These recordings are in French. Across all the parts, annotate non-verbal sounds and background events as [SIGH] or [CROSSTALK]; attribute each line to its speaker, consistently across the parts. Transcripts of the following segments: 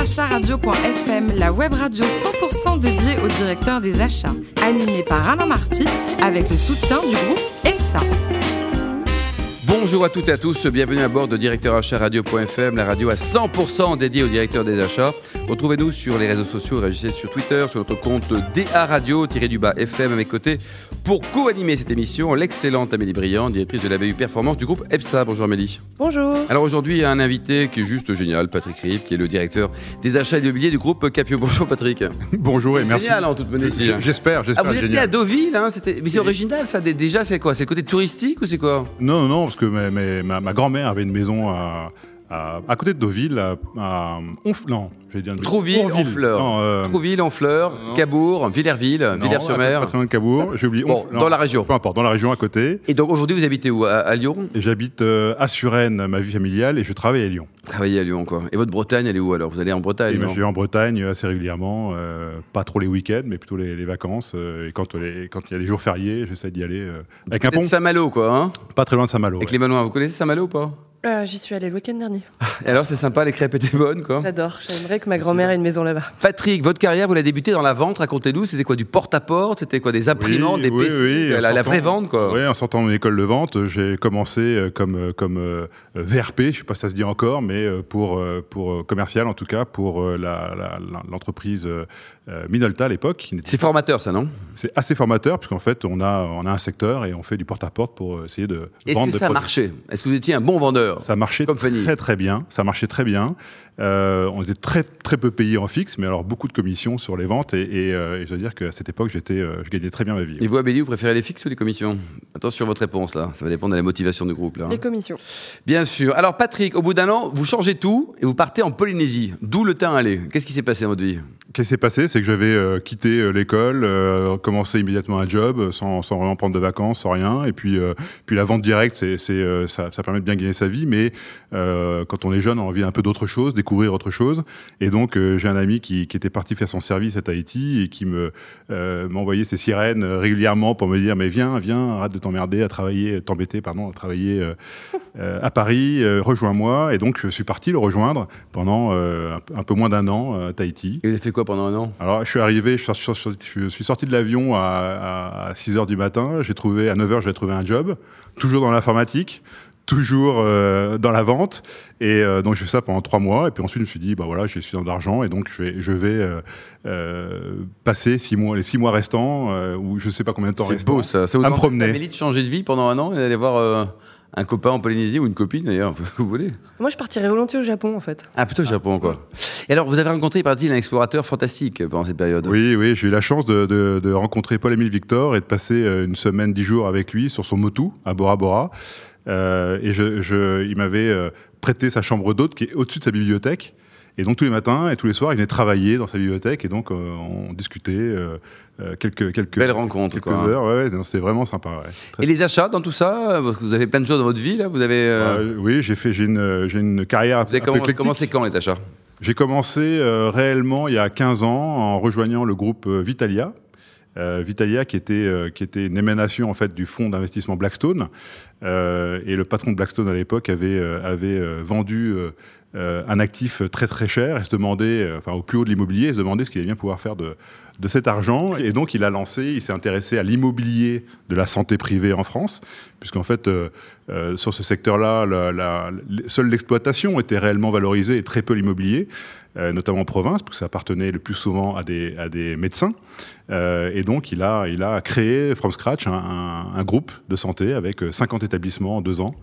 Speaker 1: acharadio.fm, la web radio 100% dédiée au directeur des achats, animée par Alain Marty avec le soutien du groupe EPSA.
Speaker 2: Bonjour à toutes et à tous, bienvenue à bord de directeurachatradio.fm, la radio à 100% dédiée au directeur des achats. Retrouvez-nous sur les réseaux sociaux, réagissez sur Twitter, sur notre compte DA Radio-du-bas FM à mes côtés pour co-animer cette émission, l'excellente Amélie Briand, directrice de la BU Performance du groupe EPSA. Bonjour Amélie.
Speaker 3: Bonjour.
Speaker 2: Alors aujourd'hui, un invité qui est juste génial, Patrick Rive, qui est le directeur des achats immobiliers du groupe Capio. Bonjour Patrick.
Speaker 4: Bonjour et merci.
Speaker 2: Génial en toute modestie.
Speaker 4: J'espère, j'espère.
Speaker 2: Ah, vous étiez
Speaker 4: génial.
Speaker 2: à Deauville, hein, c'était- mais c'est original ça. dé- Déjà, c'est quoi C'est le côté touristique ou c'est quoi
Speaker 4: Non, non, non, parce que mes- mes- ma, ma grand-mère avait une maison à, à, à côté de Deauville, à, à Onf- non, je vais dire une bêtise.
Speaker 2: Trouville,
Speaker 4: Orville.
Speaker 2: Honfleur.
Speaker 4: Non, euh,
Speaker 2: Trouville, Honfleur, Cabourg, Villerville,
Speaker 4: non,
Speaker 2: Villers-sur-Mer.
Speaker 4: Pas très loin de Cabourg, j'ai oublié.
Speaker 2: Bon,
Speaker 4: Onf-
Speaker 2: dans
Speaker 4: non,
Speaker 2: la région.
Speaker 4: Peu importe, dans la région à côté.
Speaker 2: Et donc aujourd'hui, vous habitez où à, à Lyon
Speaker 4: Et j'habite euh, à Suresnes, ma vie familiale, et je travaille à Lyon.
Speaker 2: Travaillez à Lyon, quoi. Et votre Bretagne, elle est où alors Vous allez en Bretagne
Speaker 4: et ben,
Speaker 2: non
Speaker 4: je vais en Bretagne assez régulièrement, euh, pas trop les week-ends, mais plutôt les, les vacances. euh, et quand les- quand il y a des jours fériés, j'essaie d'y aller euh, avec un pont,
Speaker 2: Peut-être Saint-Malo, quoi. hein
Speaker 4: pas très loin de Saint-Malo.
Speaker 2: Avec
Speaker 4: ouais.
Speaker 2: les Malinois. Vous connaissez Saint-Malo ou pas
Speaker 3: Euh, J'y suis allée le week-end dernier.
Speaker 4: Ah.
Speaker 2: Et alors, c'est sympa, les crêpes étaient bonnes, quoi.
Speaker 3: J'adore. J'aimerais que ma grand-mère ait une maison là-bas.
Speaker 2: Patrick, votre carrière, vous l'avez débutée dans la vente, racontez-nous. C'était quoi Du porte-à-porte C'était quoi Des imprimantes, des PC
Speaker 4: en
Speaker 2: la, la vraie
Speaker 4: sortant-
Speaker 2: vente, quoi.
Speaker 4: Oui, en sortant de l'école de vente, j'ai commencé euh, comme, euh, comme euh, VRP, je ne sais pas si ça se dit encore, mais euh, pour, euh, pour euh, commercial en tout cas, pour euh, la- la- la- l'entreprise euh, euh, Minolta à l'époque. qui n'était-
Speaker 2: C'est formateur, ça, non
Speaker 4: C'est assez formateur, puisqu'en fait, on a, on a un secteur et on fait du porte-à-porte pour euh, essayer de
Speaker 2: Est-ce
Speaker 4: vendre
Speaker 2: que
Speaker 4: des
Speaker 2: ça
Speaker 4: produits.
Speaker 2: marchait Est-ce que vous étiez un bon vendeur
Speaker 4: Ça marchait
Speaker 2: Comme Fanny.
Speaker 4: très très bien. Ça marchait très bien. Euh, on était très très peu payé en fixe, mais alors beaucoup de commissions sur les ventes. Et, et, euh, et je dois dire qu'à cette époque, j'étais, euh, je gagnais très bien ma vie.
Speaker 2: Et vous, Amélie, vous préférez les fixes ou les commissions Attention à votre réponse, là. Ça va dépendre de la motivation du groupe,
Speaker 4: Ah.
Speaker 2: là. hein.
Speaker 3: Les commissions.
Speaker 2: Bien sûr. Alors, Patrick, au bout d'un an, vous changez tout et vous partez en Polynésie. D'où le teint allé. Qu'est-ce qui s'est passé dans votre vie
Speaker 4: Qu'est-ce qui s'est passé C'est que j'avais euh, quitté euh, l'école, euh, commencé immédiatement un job, euh, sans, sans vraiment prendre de vacances, sans rien. Et puis, euh, puis la vente directe, c'est, c'est, euh, ça, ça permet de bien gagner sa vie, mais euh, quand on est jeune, on a envie un peu d'autre chose, découvrir autre chose. Et donc, euh, j'ai un ami qui, qui était parti faire son service à Tahiti et qui me, euh, m'envoyait ses sirènes euh, régulièrement pour me dire Mais viens, viens, arrête de t'emmerder, à travailler, euh, t'embêter, pardon, à travailler euh, euh, à Paris, euh, rejoins-moi. Et donc, je suis parti le rejoindre pendant euh, un peu- un peu moins d'un an euh, à Tahiti.
Speaker 2: Et vous avez fait quoi pendant un an
Speaker 4: Alors, je suis arrivé, je suis, sorti- sorti- je suis sorti de l'avion à, 6h du matin. J'ai trouvé, à 9h, j'ai trouvé un job, toujours dans l'informatique, toujours euh, dans la vente. Et euh, donc, j'ai fait ça pendant trois mois. Et puis ensuite, je me suis dit, bah voilà, j'ai suffisamment d'argent. Et donc, je vais, je vais euh, euh, passer six mois, les six mois restants, euh, ou je sais pas combien de temps
Speaker 2: C'est
Speaker 4: restant,
Speaker 2: beau, ça. Ça vous
Speaker 4: à me
Speaker 2: tente,
Speaker 4: promener.
Speaker 2: Amélie, de changer de vie pendant un an et d'aller voir euh, un copain en Polynésie ou une copine, d'ailleurs, [LAUGHS] vous voulez
Speaker 3: Moi, je partirais volontiers au Japon, en fait.
Speaker 2: Ah, plutôt Japon, quoi. Et alors, vous avez rencontré, paraît-il, un explorateur fantastique pendant cette période.
Speaker 4: Oui, oui, j'ai eu la chance de, de- de rencontrer Paul-Émile Victor et de passer euh, une semaine, dix jours avec lui sur son motu à Bora Bora. Euh, et je, je- il m'avait euh, prêté sa chambre d'hôte qui est au-dessus de sa bibliothèque. Et donc tous les matins et tous les soirs, il venait travailler dans sa bibliothèque et donc euh, on discutait euh, euh, quelques quelques
Speaker 2: Belle rencontre,
Speaker 4: quelques
Speaker 2: quoi. hein.
Speaker 4: heures. Ouais, ouais, non, c'était vraiment sympa. ouais. Très-
Speaker 2: Et les achats dans tout ça Parce que vous avez plein de choses dans votre vie, là. Vous avez. euh,
Speaker 4: Euh, oui, j'ai fait j'ai une euh, j'ai une carrière
Speaker 2: vous avez
Speaker 4: un peu
Speaker 2: comment-
Speaker 4: éclectique.
Speaker 2: commencé quand, les achats
Speaker 4: J'ai commencé euh, réellement il y a 15 ans en rejoignant le groupe euh, Vitalia. Euh, Vitalia, qui était, euh, qui était une émanation en fait du fonds d'investissement Blackstone, Euh, et le patron de Blackstone à l'époque avait, euh, avait euh, vendu euh, euh, un actif très très cher et se demandait, euh, enfin au plus haut de l'immobilier, et se demandait ce qu'il allait bien pouvoir faire de, de cet argent. Et donc il a lancé, il s'est intéressé à l'immobilier de la santé privée en France, puisqu'en fait euh, euh, sur ce secteur-là, la, la- l- seule l'exploitation était réellement valorisée et très peu l'immobilier, euh, notamment en province, parce que ça appartenait le plus souvent à des, à des médecins. Euh, et donc, il a, il a créé, from scratch, un, un- un groupe de santé avec euh, 50 établissements en deux ans.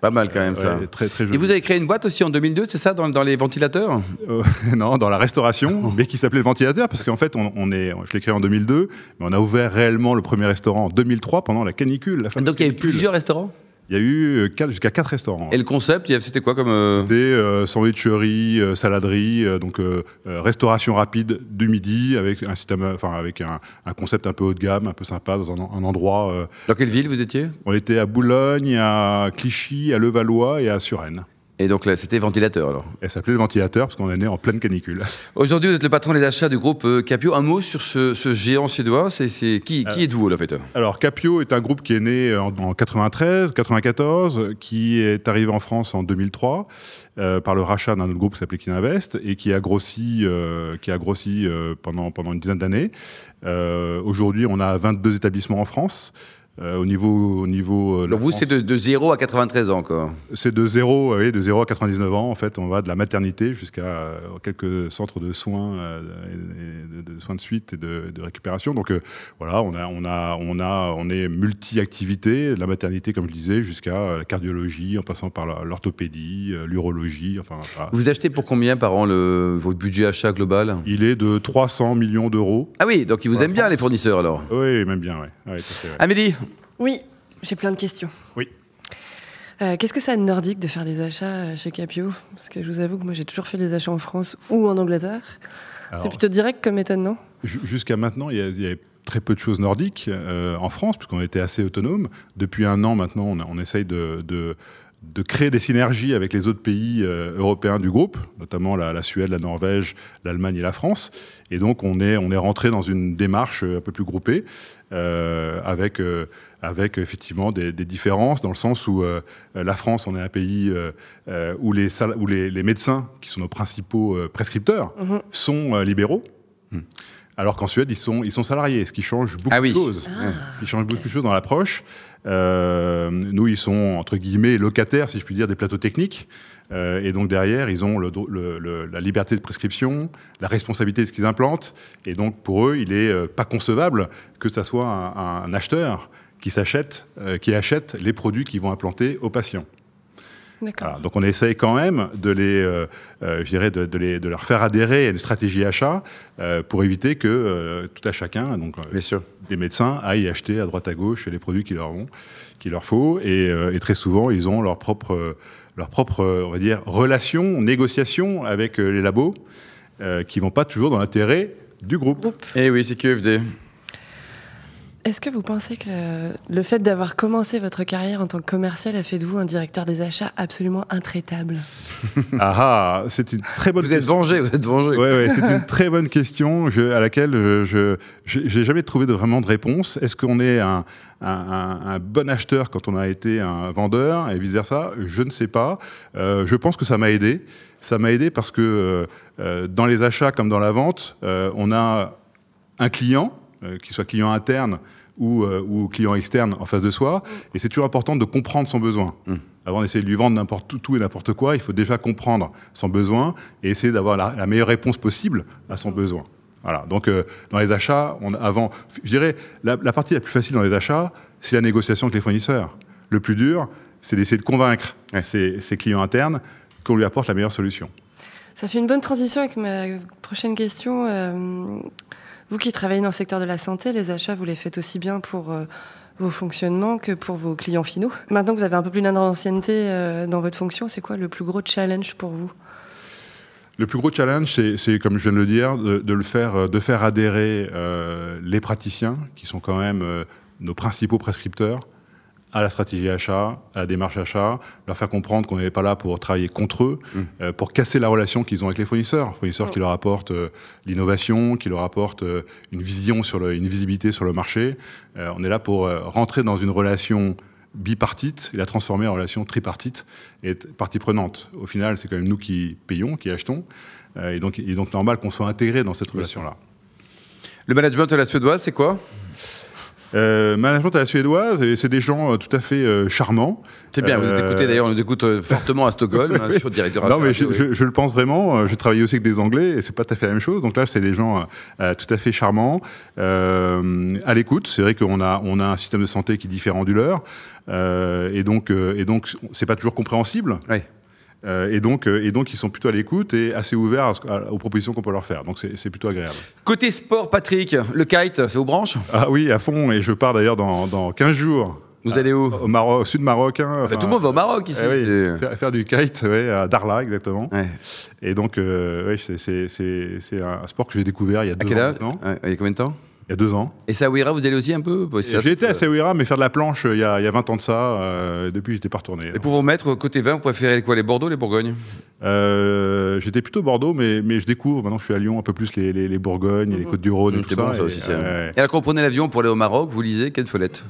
Speaker 2: Pas mal, quand même, ça.
Speaker 4: Ouais, très, très
Speaker 2: Et
Speaker 4: joli.
Speaker 2: vous avez créé une boîte aussi en 2002, c'est ça, dans, dans les ventilateurs
Speaker 4: Euh, [LAUGHS] non, dans
Speaker 2: [LAUGHS]
Speaker 4: la restauration, mais qui s'appelait le ventilateur, parce qu'en fait, on, on est, je l'ai créé en 2002, mais on a ouvert réellement le premier restaurant en 2003 pendant la canicule. La fameuse
Speaker 2: Donc, il y a eu
Speaker 4: canicule.
Speaker 2: plusieurs restaurants
Speaker 4: Il y a eu euh, quatre- jusqu'à quatre restaurants.
Speaker 2: Et le concept, il y avait- c'était quoi comme. euh,
Speaker 4: Des euh, sandwicheries, euh, saladeries, euh, donc euh, euh, restauration rapide du midi avec un système, euh, enfin avec un, un concept un peu haut de gamme, un peu sympa dans un, en- un endroit. euh,
Speaker 2: Dans quelle ville vous étiez
Speaker 4: on était à Boulogne, à Clichy, à Levallois et à Suresnes.
Speaker 2: Et donc là, c'était ventilateur alors.
Speaker 4: Elle s'appelait le ventilateur parce qu'on est né en pleine canicule.
Speaker 2: Aujourd'hui, vous êtes le patron des achats du groupe euh, Capio. Un mot sur ce, ce géant suédois. C'est, c'est- Qui, qui
Speaker 4: Euh.
Speaker 2: êtes-vous, en fait
Speaker 4: Alors, Capio est un groupe qui est né euh, en, en 93, 94, euh, qui est arrivé en France en 2003 euh, par le rachat d'un autre groupe qui s'appelait Kininvest et qui a grossi, euh, qui a grossi euh, pendant, pendant une dizaine d'années. Euh, Aujourd'hui, on a 22 établissements en France. Euh, au niveau, au niveau. euh, de la
Speaker 2: Alors, vous,
Speaker 4: France.
Speaker 2: c'est de, de 0 à 93 ans, quoi.
Speaker 4: C'est de 0, oui, de 0 à 99 ans, en fait. On va de la maternité jusqu'à euh, quelques centres de soins, euh, et- et de, de soins de suite et de, de récupération. Donc euh, voilà, on, a, on, a, on, a, on est multi-activité, de la maternité, comme je disais, jusqu'à euh, la cardiologie, en passant par la- l'orthopédie, euh, l'urologie, enfin voilà.
Speaker 2: Vous achetez pour combien par an le, votre budget achat global
Speaker 4: Il est de 300 millions d'euros.
Speaker 2: Ah oui, donc ils vous
Speaker 4: Voilà,
Speaker 2: aiment bien,
Speaker 4: France.
Speaker 2: les fournisseurs, alors.
Speaker 4: Oui, même bien, oui. Ouais, tout à fait, ouais.
Speaker 2: Amélie
Speaker 3: Oui, j'ai plein de questions.
Speaker 4: Oui.
Speaker 3: Euh, Qu'est-ce que ça a de nordique de faire des achats euh, chez Capio Parce que je vous avoue que moi j'ai toujours fait des achats en France ou en Angleterre.
Speaker 4: Alors,
Speaker 3: C'est plutôt direct comme méthode, non
Speaker 4: Ju- Jusqu'à maintenant, il y, a- il y avait très peu de choses nordiques euh, en France, puisqu'on était assez autonome. Depuis un an maintenant, on, a- on essaye de, de- de créer des synergies avec les autres pays euh, européens du groupe, notamment la, la Suède, la Norvège, l'Allemagne et la France. Et donc, on est, on est rentré dans une démarche euh, un peu plus groupée, euh, avec, euh, avec effectivement des, des différences, dans le sens où euh, la France, on est un pays euh, euh, où, les, sal- où les, les médecins, qui sont nos principaux euh, prescripteurs,
Speaker 3: Mhm.
Speaker 4: sont euh, libéraux. Alors qu'en Suède, ils sont, ils sont salariés, ce qui change beaucoup
Speaker 2: Ah oui.
Speaker 4: de choses.
Speaker 3: Ah,
Speaker 4: Ce qui change beaucoup
Speaker 3: ok.
Speaker 4: de choses dans l'approche. Euh, nous, ils sont, entre guillemets, locataires, si je puis dire, des plateaux techniques. Euh, et donc derrière, ils ont le dro- le- le- la liberté de prescription, la responsabilité de ce qu'ils implantent. Et donc pour eux, il n'est pas concevable que ça soit un, un acheteur qui s'achète, euh, qui achète les produits qu'ils vont implanter aux patients.
Speaker 3: D'accord.
Speaker 4: Voilà, donc on essaye quand même de les, euh, euh, je dirais de, de les, de leur faire adhérer à une stratégie achat euh, pour éviter que euh, tout à chacun, donc euh,
Speaker 2: Bien sûr.
Speaker 4: des médecins, aillent acheter à droite à gauche les produits qui leur, ont, qu'il leur faut. Et, euh, et très souvent, ils ont leur propre, euh, leur propre euh, on va dire, relation, négociation avec euh, les labos euh, qui ne vont pas toujours dans l'intérêt du groupe.
Speaker 2: Eh oui, c'est QFD.
Speaker 3: Est-ce que vous pensez que le, le fait d'avoir commencé votre carrière en tant que commercial a fait de vous un directeur des achats absolument intraitable
Speaker 4: Ah ah, c'est une très bonne
Speaker 2: Vous êtes
Speaker 4: question.
Speaker 2: vengé, vous êtes vengé.
Speaker 4: Ouais, ouais, c'est une très bonne question je- à laquelle euh, je j'ai j'ai jamais trouvé de, vraiment de réponse. Est-ce qu'on est un, un- un- un bon acheteur quand on a été un vendeur et vice versa Je ne sais pas. Euh, je pense que ça m'a aidé. Ça m'a aidé parce que euh, euh, dans les achats comme dans la vente, euh, on a un client, euh, qu'il soit client interne ou, euh, ou client externe en face de soi, et c'est toujours important de comprendre son besoin.
Speaker 2: Mm.
Speaker 4: Avant d'essayer de lui vendre n'importe tout, tout et n'importe quoi, il faut déjà comprendre son besoin et essayer d'avoir la, la meilleure réponse possible à son besoin. Voilà. Donc, euh, dans les achats, on, avant, je dirais, la, la partie la plus facile dans les achats, c'est la négociation avec les fournisseurs. Le plus dur, c'est d'essayer de convaincre
Speaker 2: Ouais.
Speaker 4: ses, ses clients internes qu'on lui apporte la meilleure solution.
Speaker 3: Ça fait une bonne transition avec ma prochaine question. Euh, vous qui travaillez dans le secteur de la santé, les achats, vous les faites aussi bien pour euh, vos fonctionnements que pour vos clients finaux. Maintenant que vous avez un peu plus d'un an d'ancienneté euh, dans votre fonction, c'est quoi le plus gros challenge pour vous
Speaker 4: Le plus gros challenge, c'est- c'est, comme je viens de le dire, de, de le faire, euh, de faire adhérer euh, les praticiens, qui sont quand même euh, nos principaux prescripteurs, à la stratégie achat, à la démarche achat, leur faire comprendre qu'on n'est pas là pour travailler contre eux,
Speaker 2: Mm.
Speaker 4: euh, pour casser la relation qu'ils ont avec les fournisseurs. Fournisseurs qui leur apportent euh, l'innovation, qui leur apportent euh, une vision, sur le- une visibilité sur le marché. Euh, on est là pour euh, rentrer dans une relation bipartite et la transformer en relation tripartite et être partie prenante. Au final, c'est quand même nous qui payons, qui achetons. Euh, et donc, il est donc normal qu'on soit intégré dans cette
Speaker 2: Bien
Speaker 4: relation-là.
Speaker 2: Le management à la suédoise, c'est quoi
Speaker 4: Euh, management à la suédoise, et c'est des gens euh, tout à fait euh, charmants.
Speaker 2: C'est bien, vous êtes
Speaker 4: Euh,
Speaker 2: écouté d'ailleurs, on nous écoute euh, fortement à Stockholm, hein, sur directeur
Speaker 4: Non,
Speaker 2: Affaires
Speaker 4: mais je,
Speaker 2: Radio, oui.
Speaker 4: je- je le pense vraiment. Euh, J'ai travaillé aussi avec des Anglais et c'est pas tout à fait la même chose. Donc là, c'est des gens euh, euh, tout à fait charmants, euh, à l'écoute. C'est vrai qu'on a, on a un système de santé qui est différent du leur. Euh, et donc, euh, et donc, c'est pas toujours compréhensible.
Speaker 2: Ouais.
Speaker 4: Euh, et, donc, euh, et donc, ils sont plutôt à l'écoute et assez ouverts à ce- à- aux propositions qu'on peut leur faire. Donc, c'est c'est plutôt agréable.
Speaker 2: Côté sport, Patrick, le kite, c'est aux branches
Speaker 4: Ah oui, à fond. Et je pars d'ailleurs dans, dans 15 jours
Speaker 2: Vous
Speaker 4: Ah,
Speaker 2: allez où
Speaker 4: au, Maroc, au sud marocain. eh
Speaker 2: Bah, Tout le monde va au Maroc ici. c'est-
Speaker 4: faire, faire du kite ouais, à Darla, exactement.
Speaker 2: Ouais.
Speaker 4: Et donc, euh, ouais, c'est- c'est- c'est c'est un sport que j'ai découvert il y a
Speaker 2: À
Speaker 4: deux
Speaker 2: quel
Speaker 4: ans
Speaker 2: âge
Speaker 4: maintenant.
Speaker 2: Ouais, Il y a combien de temps
Speaker 4: il y a deux ans.
Speaker 2: Et Sawira, vous allez aussi un peu
Speaker 4: Et J'ai été à Sewira, mais faire de la planche euh, il y a, il y a 20 ans de ça. euh, depuis, j'étais pas retourné.
Speaker 2: Et pour vous mettre côté vin, vous préférez quoi Les Bordeaux, les Bourgognes
Speaker 4: Euh, J'étais plutôt Bordeaux, mais, mais je découvre. Maintenant, je suis à Lyon un peu plus les, les, les Bourgognes, et les
Speaker 3: Mhm.
Speaker 4: Côtes-du-Rhône et
Speaker 2: Mmh,
Speaker 4: tout
Speaker 2: C'est
Speaker 4: ça.
Speaker 2: bon ça
Speaker 4: et, euh,
Speaker 2: aussi. c'est-
Speaker 4: ouais.
Speaker 2: Et alors quand vous prenez l'avion pour aller au Maroc, vous lisez Ken Follett.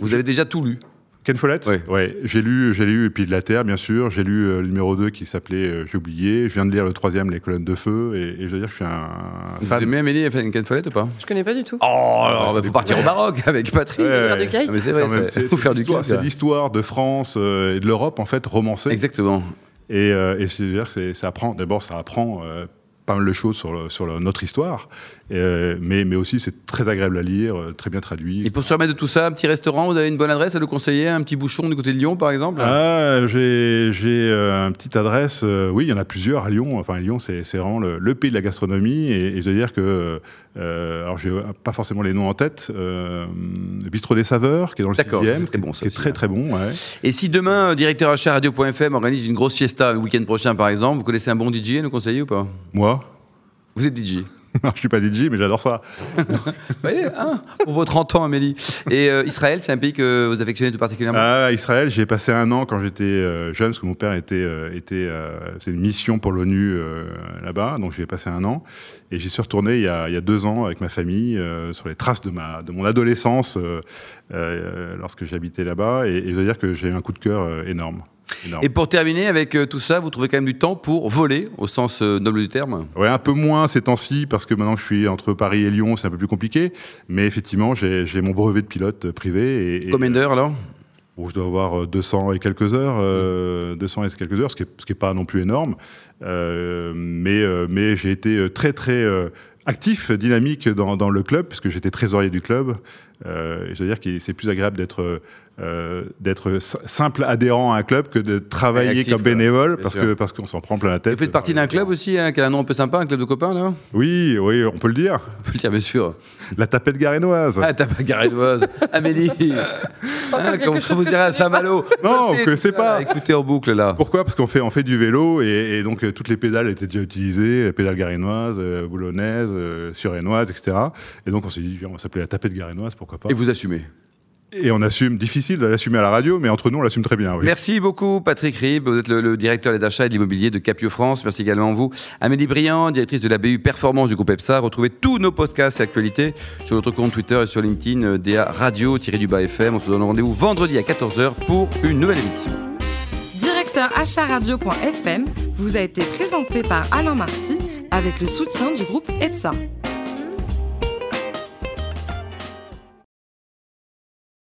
Speaker 2: Vous avez déjà tout lu.
Speaker 4: Ken Follett
Speaker 2: Oui.
Speaker 4: Ouais, j'ai lu, j'ai lu Puis de la Terre, bien sûr. J'ai lu euh, le numéro 2 qui s'appelait euh, J'ai oublié. Je viens de lire le troisième, Les Colonnes de Feu. Et, et je veux dire, je suis un
Speaker 2: Vous
Speaker 4: fan.
Speaker 2: aimez Amélie Ken Follett ou pas
Speaker 3: Je connais pas du
Speaker 4: Ah,
Speaker 3: tout.
Speaker 2: Oh, alors,
Speaker 4: Ouais,
Speaker 2: bah,
Speaker 4: c'est
Speaker 2: faut partir au Maroc [LAUGHS] avec Patrick.
Speaker 4: Ouais,
Speaker 3: Faire
Speaker 4: ouais.
Speaker 3: du kite.
Speaker 2: Ah, mais c'est
Speaker 4: C'est
Speaker 2: vrai,
Speaker 4: en même-
Speaker 2: c'est-
Speaker 4: c'est-
Speaker 2: faut
Speaker 4: c'est
Speaker 2: faire du
Speaker 4: l'histoire-
Speaker 2: kite,
Speaker 4: C'est
Speaker 2: ouais.
Speaker 4: l'histoire de France euh, et de l'Europe, en fait, romancée.
Speaker 2: Exactement.
Speaker 4: Et, euh, et c'est-à-dire que c'est- ça apprend, d'abord, ça apprend euh, pas mal de choses sur, le- sur le- notre histoire, Euh, mais, mais aussi c'est très agréable à lire, euh, très bien traduit.
Speaker 2: Et pour se remettre de tout ça, un petit restaurant, vous avez une bonne adresse à nous conseiller Un petit bouchon du côté de Lyon, par exemple
Speaker 4: Ah, j'ai j'ai, euh, une petite adresse. euh, oui, il y en a plusieurs à Lyon. Enfin, Lyon, c'est c'est vraiment le, le pays de la gastronomie. Et, et je veux dire que, euh, alors, j'ai pas forcément les noms en tête. euh, Bistrot des saveurs, qui est dans le
Speaker 2: D'accord,
Speaker 4: 6e,
Speaker 2: c'est très bon, ça
Speaker 4: qui est
Speaker 2: aussi,
Speaker 4: très
Speaker 2: hein.
Speaker 4: très bon. ouais.
Speaker 2: Et si demain, euh, directeur achat radio.fm organise une grosse fiesta le week-end prochain, par exemple, vous connaissez un bon DJ à nous conseiller ou pas
Speaker 4: Moi, [LAUGHS]
Speaker 2: Vous êtes DJ
Speaker 4: je suis pas DJ, mais j'adore ça.
Speaker 2: Vous [LAUGHS] voyez, hein Pour vos 30 ans, Amélie. Et euh, Israël, c'est un pays que vous affectionnez tout particulièrement
Speaker 4: Ah, à Israël, j'y ai passé un an quand j'étais euh, jeune, parce que mon père était, euh, était euh, c'est une mission pour l'ONU euh, là-bas, donc j'y ai passé un an. Et j'y suis retourné il y a, il y a deux ans avec ma famille euh, sur les traces de ma de mon adolescence euh, euh, lorsque j'habitais là-bas. Et, et je dois dire que j'ai eu un coup de cœur euh, énorme. énorme.
Speaker 2: Et pour terminer avec euh, tout ça, vous trouvez quand même du temps pour voler, au sens euh, noble du terme
Speaker 4: Ouais, un peu moins ces temps-ci, parce que maintenant que je suis entre Paris et Lyon, c'est un peu plus compliqué. Mais effectivement, j'ai j'ai mon brevet de pilote euh, privé. Et, euh, et-
Speaker 2: Combien d'heures alors
Speaker 4: Bon, je dois avoir euh, 200 et quelques heures, euh,
Speaker 2: Mm.
Speaker 4: 200 et quelques heures, ce qui est, ce qui est pas non plus énorme. Euh, mais euh, mais j'ai été euh, très très euh, actif, dynamique dans, dans le club, puisque j'étais trésorier du club. Euh, et C'est-à-dire que c'est plus agréable d'être euh, d'être si- simple adhérent à un club que de travailler
Speaker 2: actif,
Speaker 4: comme
Speaker 2: quoi.
Speaker 4: bénévole,
Speaker 2: euh, Bien
Speaker 4: parce
Speaker 2: sûr.
Speaker 4: que parce qu'on s'en prend plein la tête.
Speaker 2: Vous faites partie d'un club aussi, hein, qui a un nom un peu sympa, un club de copains, là
Speaker 4: Oui, oui, on peut le dire.
Speaker 2: On peut le dire, bien sûr.
Speaker 4: La tapette garénoise.
Speaker 2: Ah, t'as pas
Speaker 4: [LAUGHS]
Speaker 2: garénoise. Amélie hein, Comme vous irez à Saint-Malo
Speaker 4: Non,
Speaker 2: Écoutez
Speaker 4: on connaissait
Speaker 2: tout ça,
Speaker 4: pas.
Speaker 2: là, Écoutez en boucle, là.
Speaker 4: Pourquoi Parce qu'on fait, on fait du vélo et, et donc euh, toutes les pédales étaient déjà utilisées, euh, pédales garénoises, euh, boulonnaises, euh, surénoises, etc. Et donc on s'est dit, on va s'appeler la tapette garénoise, pourquoi pas.
Speaker 2: Et
Speaker 4: Et,
Speaker 2: vous assumez.
Speaker 4: on assume, difficile de l'assumer à la radio, mais entre nous on l'assume très bien. Oui.
Speaker 2: Merci beaucoup, Patrick Rib. Vous êtes le, le directeur des achats et de l'immobilier de Capio France. Merci également à vous. Amélie Briand, directrice de la BU Performance du groupe EPSA. Retrouvez tous nos podcasts et actualités sur notre compte Twitter et sur LinkedIn, euh, DA Radio-du-Bas FM. On se donne rendez-vous vendredi à 14h pour une nouvelle émission.
Speaker 1: Directeur achatradio.fm vous a été présenté par Alain Marty avec le soutien du groupe EPSA.